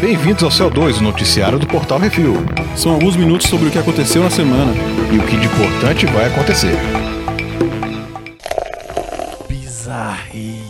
Bem-vindos ao Céu 2, o noticiário do Portal Refil. São alguns minutos sobre o que aconteceu na semana. E o que de importante vai acontecer. Bizarrice.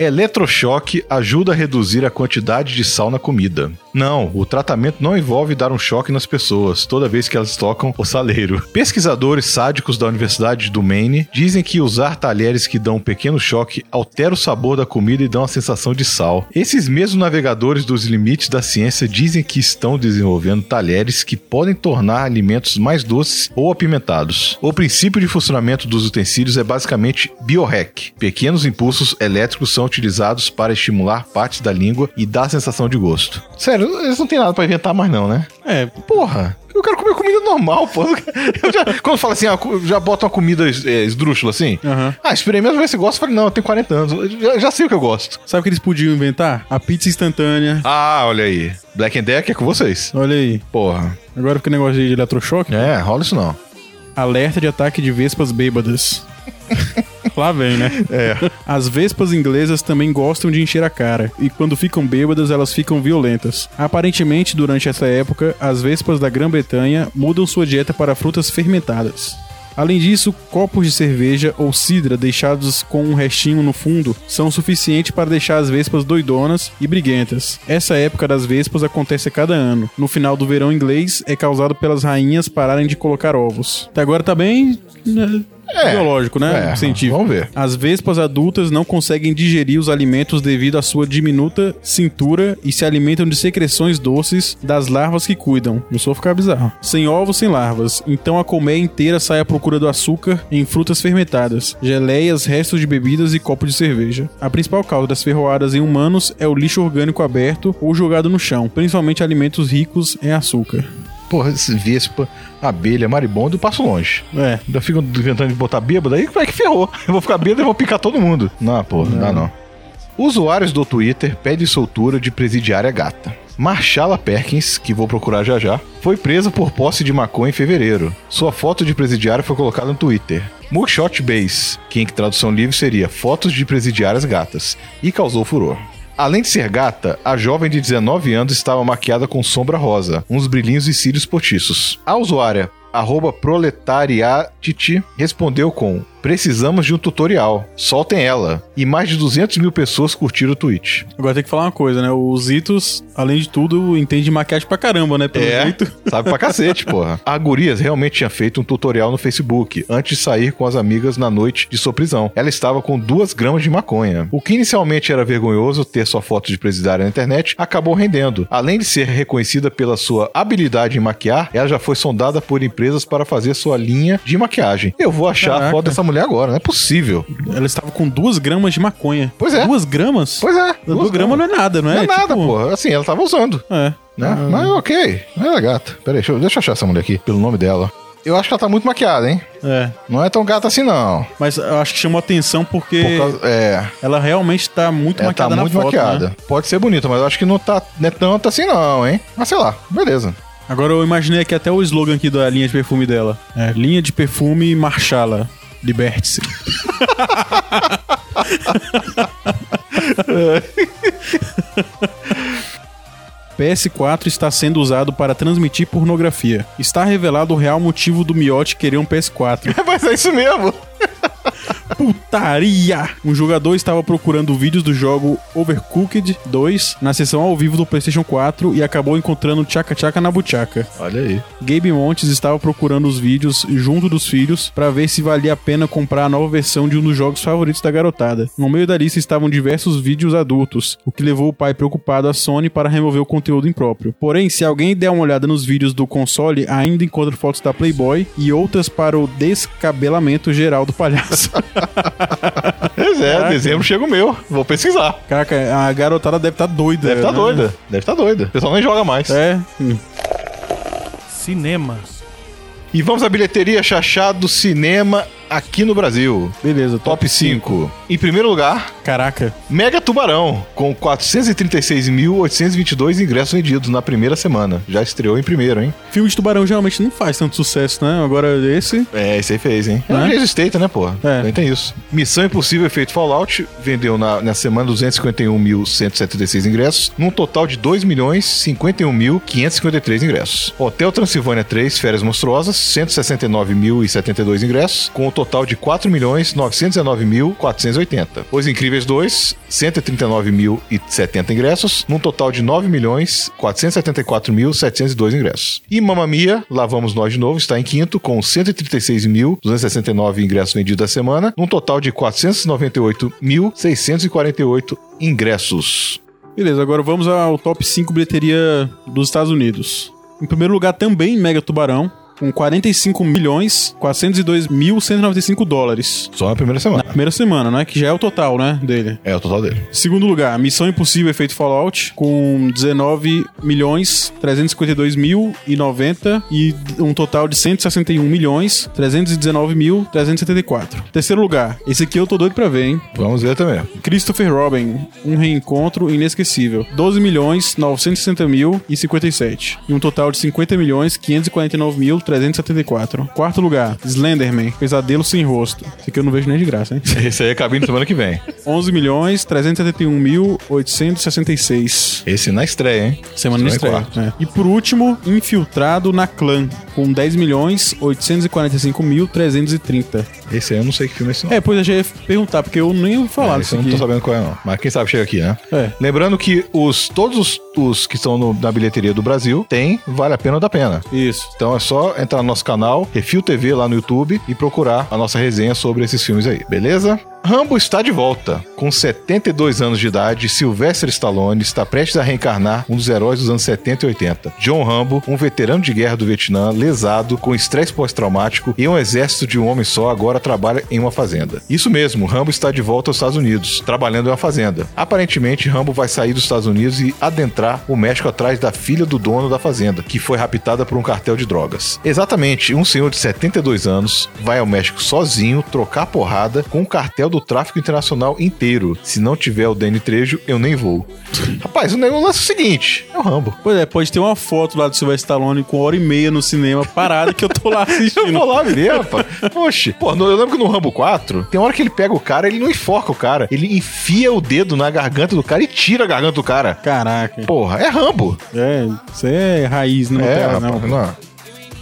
Eletrochoque ajuda a reduzir a quantidade de sal na comida. Não, o tratamento não envolve dar um choque nas pessoas toda vez que elas tocam o saleiro. Pesquisadores sádicos da Universidade do Maine dizem que usar talheres que dão um pequeno choque altera o sabor da comida e dão a sensação de sal. Esses mesmos navegadores dos limites da ciência dizem que estão desenvolvendo talheres que podem tornar alimentos mais doces ou apimentados. O princípio de funcionamento dos utensílios é basicamente biohack. Pequenos impulsos elétricos são utilizados para estimular partes da língua e dar a sensação de gosto. Sério, eles não têm nada pra inventar mais, não, né? É, Porra! Eu quero comer comida normal, pô. Eu já- quando fala assim, ah, eu já bota uma comida é, esdrúxula assim. Aham. Ah, experimenta pra ver se gosta. Eu falei, não, eu tenho 40 anos. Eu já, já sei o que eu gosto. sabe o que eles podiam inventar? A pizza instantânea. Ah, olha aí. Black and Deck é com vocês. Olha aí. Porra. Agora fica o negócio de eletrochoque. É, rola isso não. Alerta de ataque de vespas bêbadas. Lá vem, né? É. As vespas inglesas também gostam de encher a cara, e quando ficam bêbadas, elas ficam violentas. Aparentemente, durante essa época, as vespas da Grã-Bretanha mudam sua dieta para frutas fermentadas. Além disso, copos de cerveja ou cidra deixados com um restinho no fundo são suficiente para deixar as vespas doidonas e briguentas. Essa época das vespas acontece a cada ano. No final do verão inglês, é causado pelas rainhas pararem de colocar ovos. Até agora tá bem... né, É. biológico, né? É, Científico. vamos ver. As vespas adultas não conseguem digerir os alimentos devido à sua diminuta cintura e se alimentam de secreções doces das larvas que cuidam. Não sou ficar bizarro. Sem ovos, sem larvas. Então a colmeia inteira sai à procura do açúcar em frutas fermentadas, geleias, restos de bebidas e copos de cerveja. A principal causa das ferroadas em humanos é o lixo orgânico aberto ou jogado no chão, principalmente alimentos ricos em açúcar. Porra, esse vespa, abelha, maribondo, eu passo longe. É. Ainda ficam inventando de botar bêbado, aí vai que ferrou. Eu vou ficar bêbado e vou picar todo mundo. Não, pô, não dá não. Usuários do Twitter pedem soltura de presidiária gata. Marchala Perkins, que vou procurar já já, foi presa por posse de maconha em fevereiro. Sua foto de presidiário foi colocada no Twitter. Mugshot Base, que em tradução livre seria fotos de presidiárias gatas, e causou furor. Além de ser gata, a jovem de 19 anos estava maquiada com sombra rosa, uns brilhinhos e cílios postiços. A usuária, arroba proletariatiti, respondeu com Precisamos de um tutorial. Soltem ela. E mais de 200 mil pessoas curtiram o tweet. Agora tem que falar uma coisa, né? Os Itos, além de tudo, entende maquiagem pra caramba, né? Pelo jeito. É, sabe pra cacete, porra. A Gurias realmente tinha feito um tutorial no Facebook antes de sair com as amigas na noite de sua prisão. Ela estava com duas gramas de maconha. O que inicialmente era vergonhoso ter sua foto de presidiária na internet acabou rendendo. Além de ser reconhecida pela sua habilidade em maquiar, ela já foi sondada por empresas para fazer sua linha de maquiagem. Eu vou achar a Caraca. foto dessa mulher agora, não é possível. Ela estava com duas gramas de maconha. Pois é. Duas gramas? Pois é. Duas, gramas não é nada, não é? Não é nada, Tipo, porra. Assim, ela tava usando. É. né? Mas ok, ela é gata. Peraí, deixa eu, deixa eu achar essa mulher aqui, pelo nome dela. Eu acho que ela tá muito maquiada, hein? É. Não é tão gata assim, não. Mas eu acho que chamou atenção porque Por causa- é, ela realmente tá muito ela tá maquiada muito na foto, maquiada. né? Pode ser bonita, mas eu acho que não tá não é tanto assim, não, hein? Mas sei lá, beleza. Agora eu imaginei aqui até o slogan aqui da linha de perfume dela. É, linha de perfume Marchala. Liberte-se. PS4 está sendo usado para transmitir pornografia. Está revelado o real motivo do Miotti querer um PS4. mas é isso mesmo. Putaria! Um jogador estava procurando vídeos do jogo Overcooked 2 na sessão ao vivo do PlayStation 4 e acabou encontrando Tchaka Tchaka na buchaca. Olha aí. Gabe Montes estava procurando os vídeos junto dos filhos para ver se valia a pena comprar a nova versão de um dos jogos favoritos da garotada. No meio da lista estavam diversos vídeos adultos, o que levou o pai preocupado à Sony para remover o conteúdo impróprio. Porém, se alguém der uma olhada nos vídeos do console, ainda encontra fotos da Playboy e outras para o descabelamento geral do palhaço. Pois é, Caraca. dezembro chega o meu. Vou pesquisar. Caraca, a garotada deve estar doida. Deve tá né? doida. Deve tá doida. O pessoal nem joga mais. É. Cinema. E vamos à bilheteria chachá do cinema aqui no Brasil. Beleza, Top 5. Em primeiro lugar, Caraca. Mega Tubarão, com 436.822 ingressos vendidos na primeira semana. Já estreou em primeiro, hein? Filme de tubarão geralmente não faz tanto sucesso, né? Agora esse. É, esse aí fez, hein? É Né? um Jason Statham, né, porra? É. Também tem isso. Missão Impossível Efeito Fallout vendeu na, na semana 251.176 ingressos, num total de 2.051.553 ingressos. Hotel Transilvânia 3, Férias Monstruosas, 169.072 ingressos, com um total de 4.919.480. Os Incríveis 2, 139.070 ingressos, num total de 9.474.702 ingressos. E Mamma Mia, lá vamos nós de novo, está em quinto, com 136.269 ingressos vendidos da semana, num total de 498.648 ingressos. Beleza, agora vamos ao top 5 bilheteria dos Estados Unidos. Em primeiro lugar, também Mega Tubarão, com 45 milhões 402.195 dólares. Só na primeira Na semana. primeira semana, né? Que já é o total, né? Dele. É o total dele. Segundo lugar, Missão Impossível Efeito Fallout, com 19 milhões 352 mil e 90 e um total de 161 milhões 319 mil 374. Terceiro lugar, esse aqui eu tô doido pra ver, hein? Vamos ver também. Christopher Robin, um reencontro inesquecível. 12 milhões 960 mil e 57. E um total de 50 milhões 549 mil 374. Quarto lugar, Slenderman, Pesadelo Sem Rosto. Esse aqui eu não vejo nem de graça, hein? Esse aí é cabine semana que vem. 11 milhões 371 mil 866. Esse na estreia, hein? Semana de Semana estreia. né? E por último, Infiltrado na Clã, com 10 milhões 845 mil 330. Esse aí eu não sei que filme é esse não. É, pois eu já ia perguntar, porque eu nem ouvi falar É, esse disso eu não tô aqui. sabendo qual é, não. Mas quem sabe chega aqui, né? É. Lembrando que os, todos os, os que estão no- na bilheteria do Brasil tem Vale a Pena ou da Pena. Isso. Então é só entrar no nosso canal, Refil TV lá no YouTube e procurar a nossa resenha sobre esses filmes aí, beleza? Rambo está de volta. Com 72 anos de idade, Sylvester Stallone está prestes a reencarnar um dos heróis dos anos 70 e 80. John Rambo, um veterano de guerra do Vietnã, lesado, com estresse pós-traumático e um exército de um homem só, agora trabalha em uma fazenda. Isso mesmo, Rambo está de volta aos Estados Unidos, trabalhando em uma fazenda. Aparentemente, Rambo vai sair dos Estados Unidos e adentrar o México atrás da filha do dono da fazenda, que foi raptada por um cartel de drogas. Exatamente, um senhor de 72 anos vai ao México sozinho trocar porrada com o cartel do tráfico internacional inteiro. Se não tiver o Danny Trejo, eu nem vou. Rapaz, o negócio é o seguinte: é o Rambo. Pois é, pode ter uma foto lá do Silvestre Stallone com hora e meia no cinema parada que eu tô lá Eu assistindo. vou lá ver, rapaz. Poxa, pô, no- eu lembro que no Rambo 4, tem hora que ele pega o cara, ele não enforca o cara. Ele enfia o dedo na garganta do cara e tira a garganta do cara. Caraca. Porra, é Rambo. É, isso é raiz, não é, é, rapaz, não. não.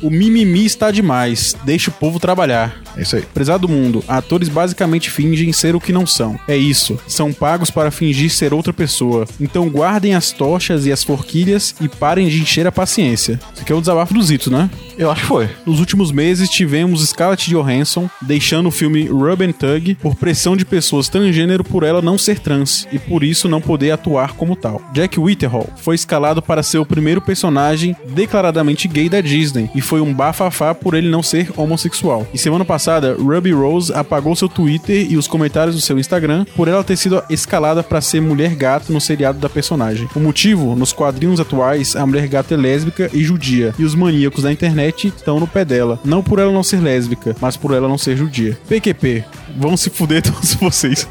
O mimimi está demais. Deixa o povo trabalhar. É isso aí. Apesar do mundo, atores basicamente fingem ser o que não são. É isso, são pagos para fingir ser outra pessoa. Então guardem as tochas e as forquilhas e parem de encher a paciência. Isso aqui é o desabafo do Zito, né? Eu acho que foi. Nos últimos meses tivemos Scarlett Johansson deixando o filme Rub and Tug por pressão de pessoas transgênero por ela não ser trans e por isso não poder atuar como tal. Jack Whitehall foi escalado para ser o primeiro personagem declaradamente gay da Disney e foi um bafafá por ele não ser homossexual. E semana passada, Ruby Rose apagou seu Twitter e os comentários do seu Instagram por ela ter sido escalada para ser mulher gato no seriado da personagem. O motivo? Nos quadrinhos atuais, a mulher gato é lésbica e judia, e os maníacos da internet estão no pé dela. Não por ela não ser lésbica, mas por ela não ser judia. PQP, vão se fuder todos vocês.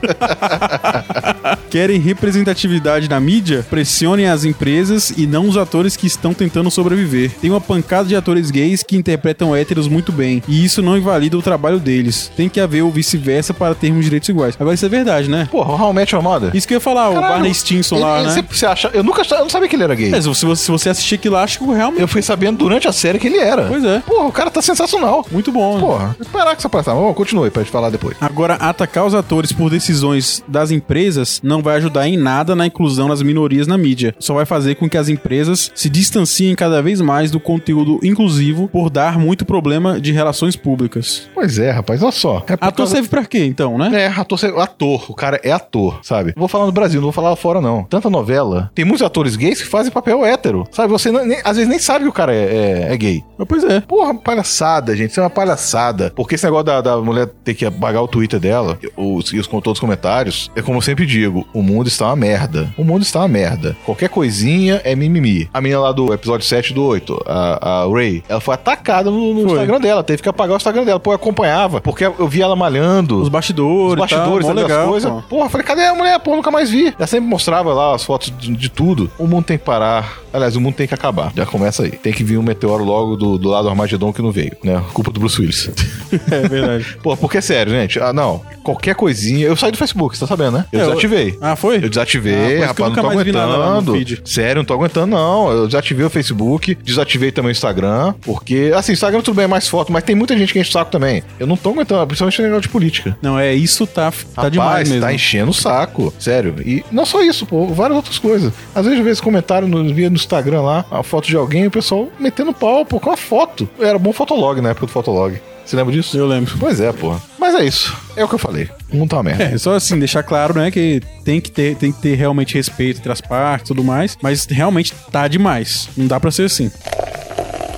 Querem representatividade na mídia? Pressionem as empresas e não os atores que estão tentando sobreviver. Tem uma pancada de atores gays que interpretam héteros muito bem, e isso não invalida o trabalho deles. Tem que haver o vice-versa para termos direitos iguais. Agora isso é verdade, né? Porra, o How I Met Your Mother. Isso que eu ia falar, o Barney Stinson lá, né? É. Você acha? Eu nunca eu não sabia que ele era gay. Mas se você, se você assistir aquilo, acho que realmente Eu fui sabendo durante a série que ele era. Pois é. Porra, o cara tá sensacional. muito bom. né? Porra, parar com essa passada. Vamos, continue pra gente falar depois. Agora, atacar os atores por decisões das empresas não vai ajudar em nada na inclusão das minorias na mídia. Só vai fazer com que as empresas se distanciem cada vez mais do conteúdo inclusivo por dar muito problema de relações públicas. Pois é, rapaz, olha só. É por Ator causa- serve pra quê, então, né? É, ator, ser- ator, o cara é ator, sabe? Vou falar no Brasil, não vou falar lá fora, não. Tanta novela. Tem muitos atores gays que fazem papel hétero, sabe? Você não- nem- às vezes nem sabe que o cara é, é- é gay. Mas, Pois é. Porra, palhaçada, gente. Isso é uma palhaçada. Porque esse negócio da, da mulher ter que apagar o Twitter dela os, e os, todos os comentários, é como eu sempre digo: O mundo está uma merda. O mundo está uma merda. Qualquer coisinha é mimimi. A menina lá do episódio 7 do 8, a, a Ray, ela foi atacada no, no Foi. Instagram dela. Teve que apagar o Instagram dela. Pô, eu acompanhava. Porque eu vi ela malhando. Os bastidores, Os bastidores, tá, sabe, mó das legal, coisas. pô. Porra, falei, cadê a mulher? Pô, nunca mais vi. Ela sempre mostrava lá as fotos de, de tudo. O mundo tem que parar. Aliás, o mundo tem que acabar. Já começa aí. Tem que vir um meteoro logo do, do lado do Armagedon que não veio, né? Culpa do Bruce Willis. É verdade. Pô, porque é sério, gente. Ah, não. Qualquer coisinha. Eu saí do Facebook, você tá sabendo, né? Eu É, eu- desativei. Eu Ah, foi? Ah, por isso desativei, que eu rapaz, nunca não tô mais vi nada lá no aguentando. feed. Sério, não tô aguentando, não. Eu desativei o Facebook, desativei também o Instagram, porque, assim, Instagram tudo bem, é mais foto, mas tem muita gente que enche o saco também. Eu não tô aguentando, principalmente no negócio de política. Não, é isso tá, tá Rapaz, demais mesmo. tá enchendo o saco. Sério. E não só isso, pô, várias outras coisas. Às vezes eu vejo comentário no, via no Instagram lá, a foto de alguém, o pessoal metendo pau, pô, com a foto. Era bom fotolog na época do fotolog. Você lembra disso? Eu lembro. Pois é, porra. Mas é isso. É o que eu falei. O mundo tá uma merda. É, só assim, deixar claro, né, que tem que ter, tem que ter realmente respeito entre as partes e tudo mais, mas realmente tá demais. Não dá pra ser assim.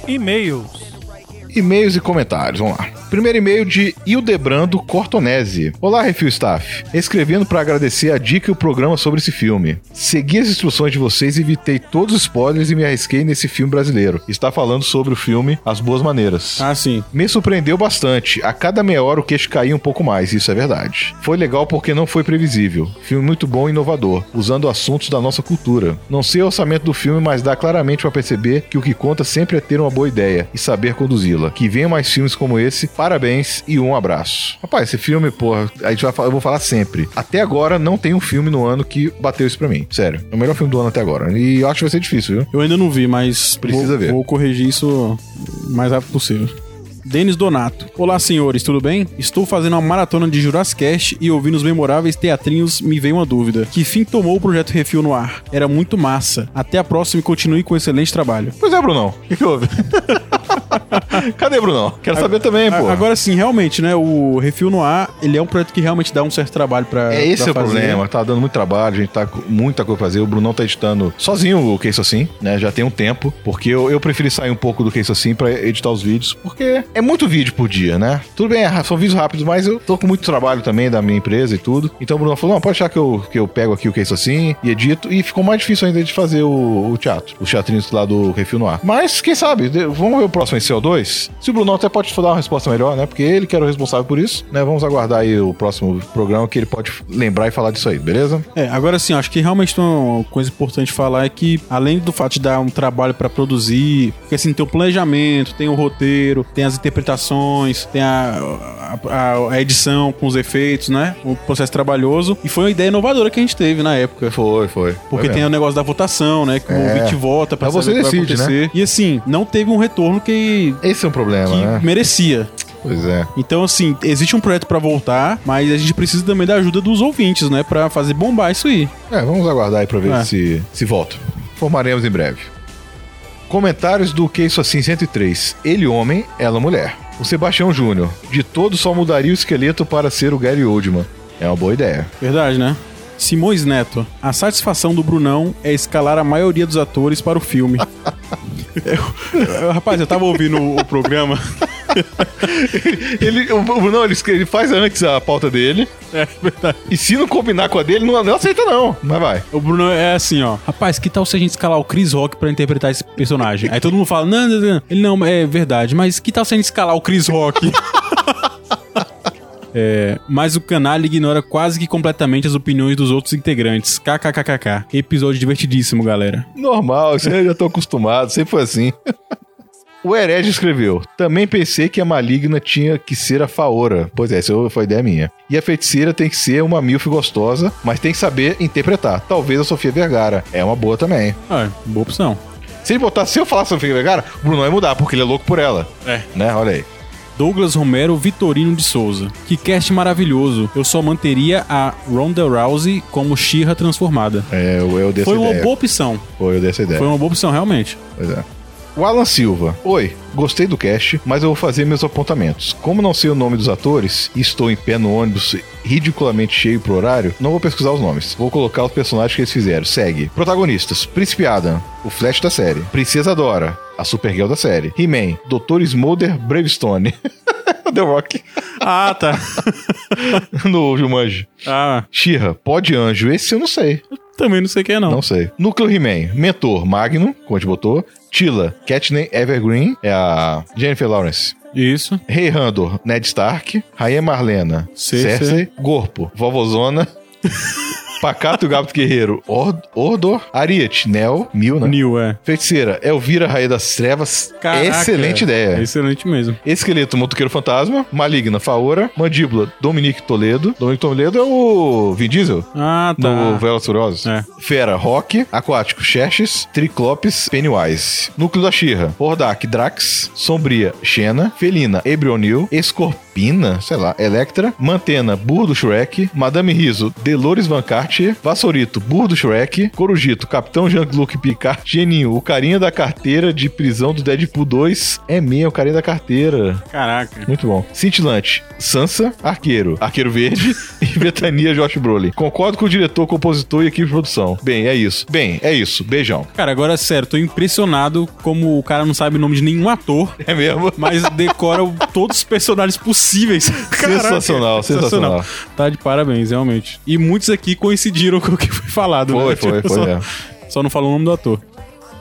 E-mails. E-mails e comentários, vamos lá. Primeiro e-mail de Ildebrando Cortonese. Olá, Refil Staff. Escrevendo para agradecer a dica e o programa sobre esse filme. Segui as instruções de vocês, evitei todos os spoilers e me arrisquei nesse filme brasileiro. Está falando sobre o filme As Boas Maneiras. Ah, sim. Me surpreendeu bastante. A cada meia hora o queixo caía um pouco mais, isso é verdade. Foi legal porque não foi previsível. Filme muito bom e inovador, usando assuntos da nossa cultura. Não sei o orçamento do filme, mas dá claramente pra perceber que o que conta sempre é ter uma boa ideia e saber conduzi-la. Que venham mais filmes como esse. Parabéns e um abraço. Rapaz, esse filme, porra, a gente vai falar, eu vou falar sempre. Até agora não tem um filme no ano que bateu isso pra mim. Sério, é o melhor filme do ano até agora. E eu acho que vai ser difícil, viu? Eu ainda não vi, mas Precisa vou, ver. vou corrigir isso o mais rápido possível. Denis Donato. Olá, senhores, tudo bem? Estou fazendo uma maratona de Jurassic Cast e ouvindo os memoráveis teatrinhos me veio uma dúvida. Que fim tomou o projeto Refil no ar? Era muito massa. Até a próxima e continue com um excelente trabalho. Pois é, Brunão. O que, que houve? Cadê, Brunão? Quero saber também, A- pô. Agora sim, realmente, né? O Refil no ar, ele é um projeto que realmente dá um certo trabalho pra. É esse pra é o fazer. problema, tá dando muito trabalho, a gente tá com muita coisa pra fazer. O Brunão tá editando sozinho o que isso assim, né? Já tem um tempo, porque eu, eu preferi sair um pouco do que isso assim pra editar os vídeos, porque é muito vídeo por dia, né? Tudo bem, é ra- são vídeos rápidos, mas eu tô com muito trabalho também da minha empresa e tudo. Então o Brunão falou: não, pode achar que eu, que eu pego aqui o que isso assim e edito, e ficou mais difícil ainda de fazer o, o teatro, os teatrinhos lá do Refil no ar. Mas, quem sabe, de- vamos ver o próximo em CO2? Se o Brunão até pode dar uma resposta melhor, né? Porque ele que era o responsável por isso, né? Vamos aguardar aí o próximo programa que ele pode f- lembrar e falar disso aí, beleza? É, agora sim, acho que realmente uma coisa importante falar é que, além do fato de dar um trabalho pra produzir, porque assim, tem o planejamento, tem o roteiro, tem as interpretações, tem a, a, a edição com os efeitos, né? Um processo trabalhoso. E foi uma ideia inovadora que a gente teve na época. Foi, foi. Porque tem o negócio da votação, né? Que o É. ouvinte vota pra Aí você saber o que vai decide, né? acontecer. E assim, não teve um retorno que, Esse é um problema, que né? merecia. Pois é. Então, assim, existe um projeto pra voltar, mas a gente precisa também da ajuda dos ouvintes, né? Pra fazer bombar isso aí. É, vamos aguardar aí pra ver É. se, se volta. Formaremos em breve. Comentários do Que Isso Assim 103. Ele homem, ela mulher. O Sebastião Júnior. De todo só mudaria o esqueleto para ser o Gary Oldman. É uma boa ideia. Verdade, né? Simões Neto, a satisfação do Brunão é escalar a maioria dos atores para o filme. Eu- eu- rapaz, eu tava ouvindo o, o programa. Ele, o Brunão, ele, escre- ele faz antes a pauta dele. É verdade. E se não combinar com a dele, não, não aceita, não. Mas vai. O Bruno é assim, ó. Rapaz, que tal se a gente escalar o Chris Rock pra interpretar esse personagem? Aí todo mundo fala, não, não, não. Ele não, é verdade, mas que tal se a gente escalar o Chris Rock? É, mas o canal ignora quase que completamente as opiniões dos outros integrantes. KKKKK. Episódio divertidíssimo, galera. Normal, isso aí eu já tô acostumado, sempre foi assim. O Herege escreveu: Também pensei que a maligna tinha que ser a faora. Pois é, essa foi ideia minha. E a feiticeira tem que ser uma milf gostosa, mas tem que saber interpretar. Talvez a Sofia Vergara. É uma boa também. Ah, boa opção. Se ele botar, se eu falar Sofia Vergara, o Bruno vai mudar, porque ele é louco por ela. É. Né? Olha aí. Douglas Romero Vitorino de Souza. Que cast maravilhoso. Eu só manteria a Ronda Rousey como She-Ra transformada. É, eu, eu dei Foi essa uma ideia. boa opção. Foi, eu dei essa ideia. Foi uma boa opção, realmente. Pois é. O Alan Silva. Oi, gostei do cast, mas eu vou fazer meus apontamentos. Como não sei o nome dos atores e estou em pé no ônibus ridiculamente cheio pro horário, não vou pesquisar os nomes. Vou colocar os personagens que eles fizeram. Segue. Protagonistas: Príncipe Adam, o Flash da série. Princesa Dora, a Supergirl da série. He-Man, Dr. Smolder Bravestone. The Rock. Ah, tá. no Jumanji. Ah, Shira, pó de anjo. Esse eu não sei. também não sei quem é, não. Não sei. Núcleo He-Man. Mentor, Magnum, como a gente botou. Tila, Katniss Evergreen. É a Jennifer Lawrence. Isso. Rei Randor, Ned Stark. Rainha Marlena, Cersei. Cersei. Gorpo, Vovozona. Pacato e o Gato Guerreiro, Or- Ordor. Ariete, Nel, Mil, né? New, é. Feiticeira, Elvira, Rainha das Trevas. Caraca. Excelente ideia. Excelente mesmo. Esqueleto, Motoqueiro Fantasma. Maligna, Faora. Mandíbula, Dominique Toledo. Dominique Toledo é o Vin Diesel. Ah, tá. No Velas Furiosos. É. Fera, Rock. Aquático, Xerxes. Triclopes, Pennywise. Núcleo da Xirra. Hordak, Drax. Sombria, Xena. Felina, Ebrionil. Escorpina, sei lá, Electra. Mantena, Burro do Shrek. Madame Riso, Delores Van Cartier. Vassourito, Burro do Shrek. Corujito, Capitão Jean-Luc Picard. Geninho, o carinha da carteira de prisão do Deadpool 2. É minha, o carinha da carteira. Caraca. Muito bom. Cintilante, Sansa, Arqueiro, Arqueiro Verde e Betania Josh Brolin. Concordo com o diretor, compositor e equipe de produção. Bem, é isso. Bem, é isso. Beijão. Cara, agora é sério, tô impressionado como o cara não sabe o nome de nenhum ator, É mesmo? mas decora o- todos os personagens possíveis. Caraca, Sensacional, sensacional. Tá de parabéns, realmente. E muitos aqui coincidiram com o que foi falado, né? Foi, foi, Tipo, foi, Só, é. só não falou o nome do ator.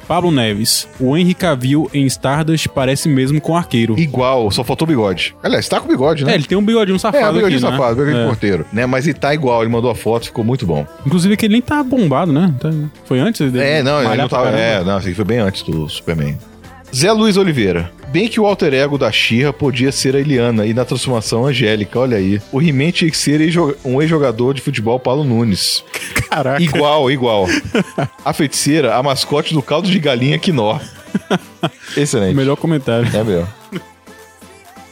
Pablo Neves. O Henry Cavill em Stardust parece mesmo com Arqueiro. Igual, só faltou bigode. Aliás, tá com bigode, É, né? ele tem um bigodinho safado É, o bigodinho aqui, né? safado, bigodinho É. de porteiro. Né? Mas ele tá igual, ele mandou a foto, ficou muito bom. Inclusive que ele nem tá bombado, né? Tá- Foi antes dele É, não, ele malhar não pra tava. caramba. É, não, isso aqui foi bem antes do Superman. Zé Luiz Oliveira. Bem que o alter ego da Xirra podia ser a Eliana e na transformação Angélica, olha aí. O He-Man tinha que ser ex-jo- um ex-jogador de futebol Paulo Nunes. Caraca. Igual, igual. A feiticeira, a mascote do caldo de galinha Quinó. Excelente. Melhor comentário. É melhor.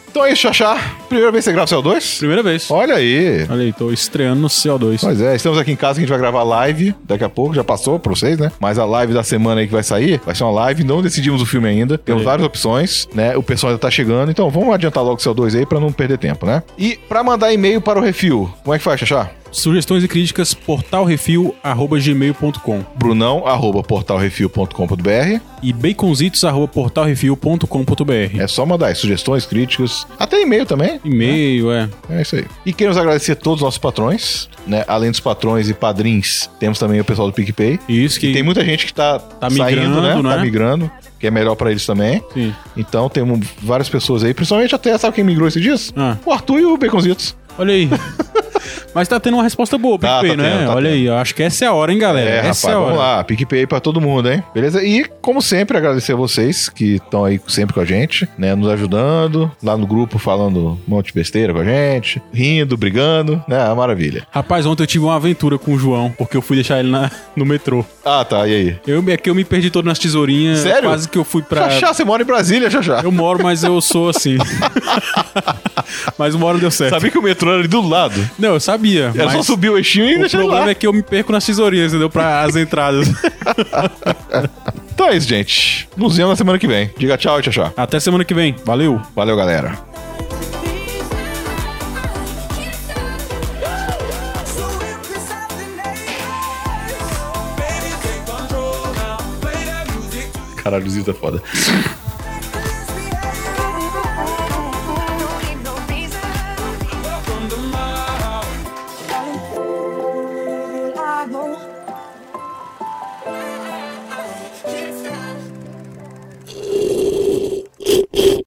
Então é isso, Xaxá. Primeira vez que você grava o CO2? Primeira vez. Olha aí. Olha aí, tô estreando no CO2. Pois é, estamos aqui em casa que a gente vai gravar live daqui a pouco, já passou pra vocês, né? Mas a live da semana aí que vai sair, vai ser uma live, não decidimos o filme ainda, temos Aí. várias opções, né? O pessoal ainda tá chegando, então vamos adiantar logo o CO2 aí pra não perder tempo, né? E pra mandar e-mail para o Refil, como é que faz, Xaxá? Sugestões e críticas, portalrefil.gmail.com Brunão, arroba portalrefil.com.br. e baconzitos.portalrefil.com.br É só mandar aí sugestões, críticas, até e-mail também. E-mail, é. É isso aí. E queremos agradecer a todos os nossos patrões, né? Além dos patrões e padrinhos, temos também o pessoal do PicPay. Isso que... E tem muita gente que tá, migrando, saindo, né? né? Tá migrando, que é melhor pra eles também. Sim. Então temos várias pessoas aí, principalmente até, sabe quem migrou esses dias? Ah. O Arthur e o Baconzitos. Olha aí. Mas tá tendo uma resposta boa, Tá, PicPay, tá né? tendo, tá Olha aí, eu acho que essa é a hora, hein, galera? É, rapaz, essa é a hora. vamos lá, PicPay pra todo mundo, hein? Beleza? E, como sempre, agradecer a vocês que estão aí sempre com a gente, né? Nos ajudando, lá no grupo falando um monte de besteira com a gente, rindo, brigando, né? É uma maravilha. Rapaz, ontem eu tive uma aventura com o João, porque eu fui deixar ele na- no metrô. Ah, tá, e aí? Eu, é que eu me perdi todo nas tesourinhas. Sério? Quase que eu fui pra... Xaxá, você mora em Brasília, Xaxá. Eu moro, mas eu sou assim. mas uma hora deu certo. Sabia que o metrô era ali do lado. Não, eu sabia. Era É só mas subir o eixinho e o deixar problema lá. é que eu me perco nas tesourinhas, entendeu? Para as entradas. Então é isso, gente. Nos vemos na semana que vem. Diga tchau, Xaxá. Até semana que vem. Valeu. Valeu, galera. So if it's something that Caralho, o Zito é foda.